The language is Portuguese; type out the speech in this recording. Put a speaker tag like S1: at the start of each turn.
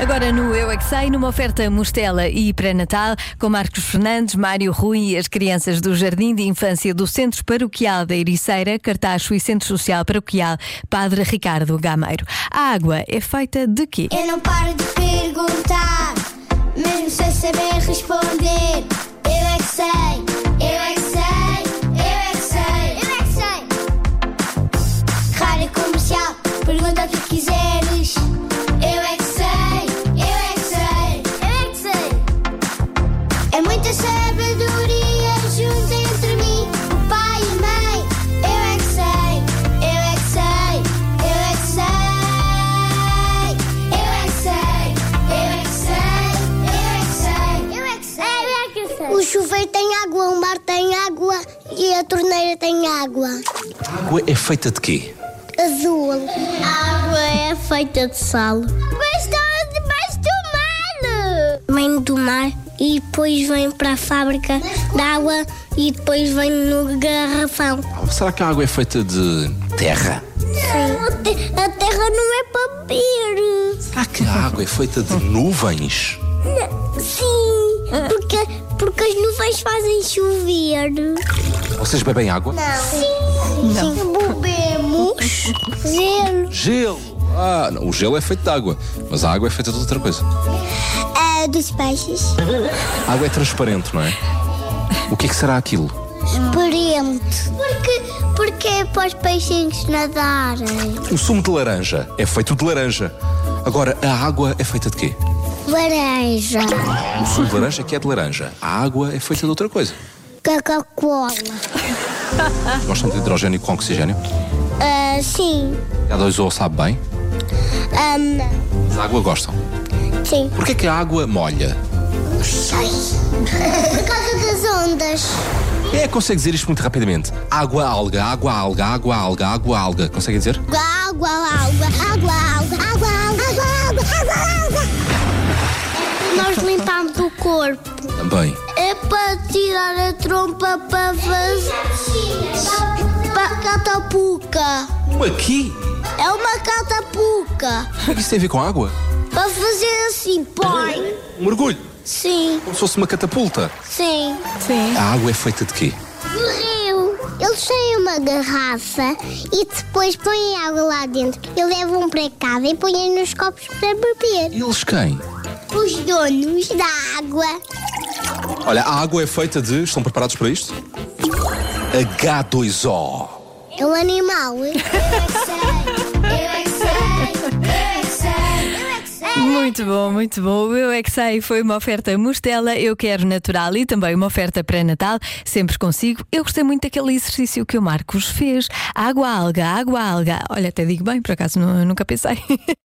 S1: Agora no Eu é que Sei, numa oferta Mostela e pré-natal, com Marcos Fernandes, Mário Rui e as crianças do Jardim de Infância do Centro Paroquial da Ericeira, Cartacho e Centro Social Paroquial Padre Ricardo Gameiro. A água é feita de quê?
S2: Eu não paro de perguntar, mesmo sem saber responder. Eu é que sei, eu é que sei, eu é que sei, eu é que sei. Rádio comercial, pergunta o que quiseres. Eu é que sei, eu é que sei, eu é que sei. É muita sabedoria junto entre mim, o pai e a mãe. Eu é que sei, eu é que sei, eu é que sei. Eu é que sei, eu é que sei, eu é que sei, eu é que sei. O chuveiro tem água, o mar tem água e a torneira tem água.
S3: A água é feita de quê?
S2: Azul. A água é feita de sal. Mas está debaixo do mar. Vem do mar e depois vem para a fábrica de água e depois vem no garrafão.
S3: Será que a água é feita de terra?
S2: A terra não é para beber.
S3: Será que a água é feita de nuvens?
S2: Sim, porque, porque as nuvens fazem chover.
S3: Vocês bebem água?
S2: Sim, Sim. bebemos gelo.
S3: Gelo! Ah, não, o gelo é feito de água, mas a água é feita de outra coisa.
S2: Ah, dos peixes.
S3: A água é transparente, não é? O que é que será aquilo?
S2: Esperente. Porque, porque é para os peixinhos nadarem.
S3: O sumo de laranja é feito de laranja. Agora, a água é feita de quê?
S2: Laranja.
S3: O sumo de laranja é que é de laranja. A água é feita de outra coisa.
S2: Coca-Cola.
S3: Gostam de hidrogênio com oxigênio?
S2: Ah, sim.
S3: H2O sabe bem,
S2: Ah, não.
S3: mas a água gostam.
S2: Sim.
S3: Porquê é que a água molha?
S2: Por causa das ondas.
S3: É, consegue dizer isto muito rapidamente. Água, alga, água, alga, água, alga, água, alga. Consegue dizer?
S2: Água, água, água, água, água, água, água, água, água, água. Nós limpamos o corpo.
S3: Também.
S2: É para tirar a trompa para fazer. Para catapuca.
S3: Uma aqui?
S2: É uma catapuca.
S3: O que é que isso tem a ver com água?
S2: Para fazer assim, põe.
S3: Um mergulho.
S2: Sim,
S3: Como se fosse uma catapulta.
S2: sim.
S1: Sim.
S3: A água é feita de quê?
S2: Do rio. Eles têm uma garrafa e depois põem água lá dentro e levam para casa e põem nos copos para beber.
S3: Eles quem?
S2: Os donos da água.
S3: Olha, a água é feita de. Estão preparados para isto? H2O.
S2: É um animal. Eu é que sei, eu é que sei, eu é que sei, eu é que sei.
S1: Muito bom, muito bom. O Eu é que sei foi uma oferta Mostela, eu quero natural e também uma oferta pré-natal, sempre consigo. Eu gostei muito daquele exercício que o Marcos fez. Água alga, água alga. Olha, até digo bem, por acaso nu- nunca pensei.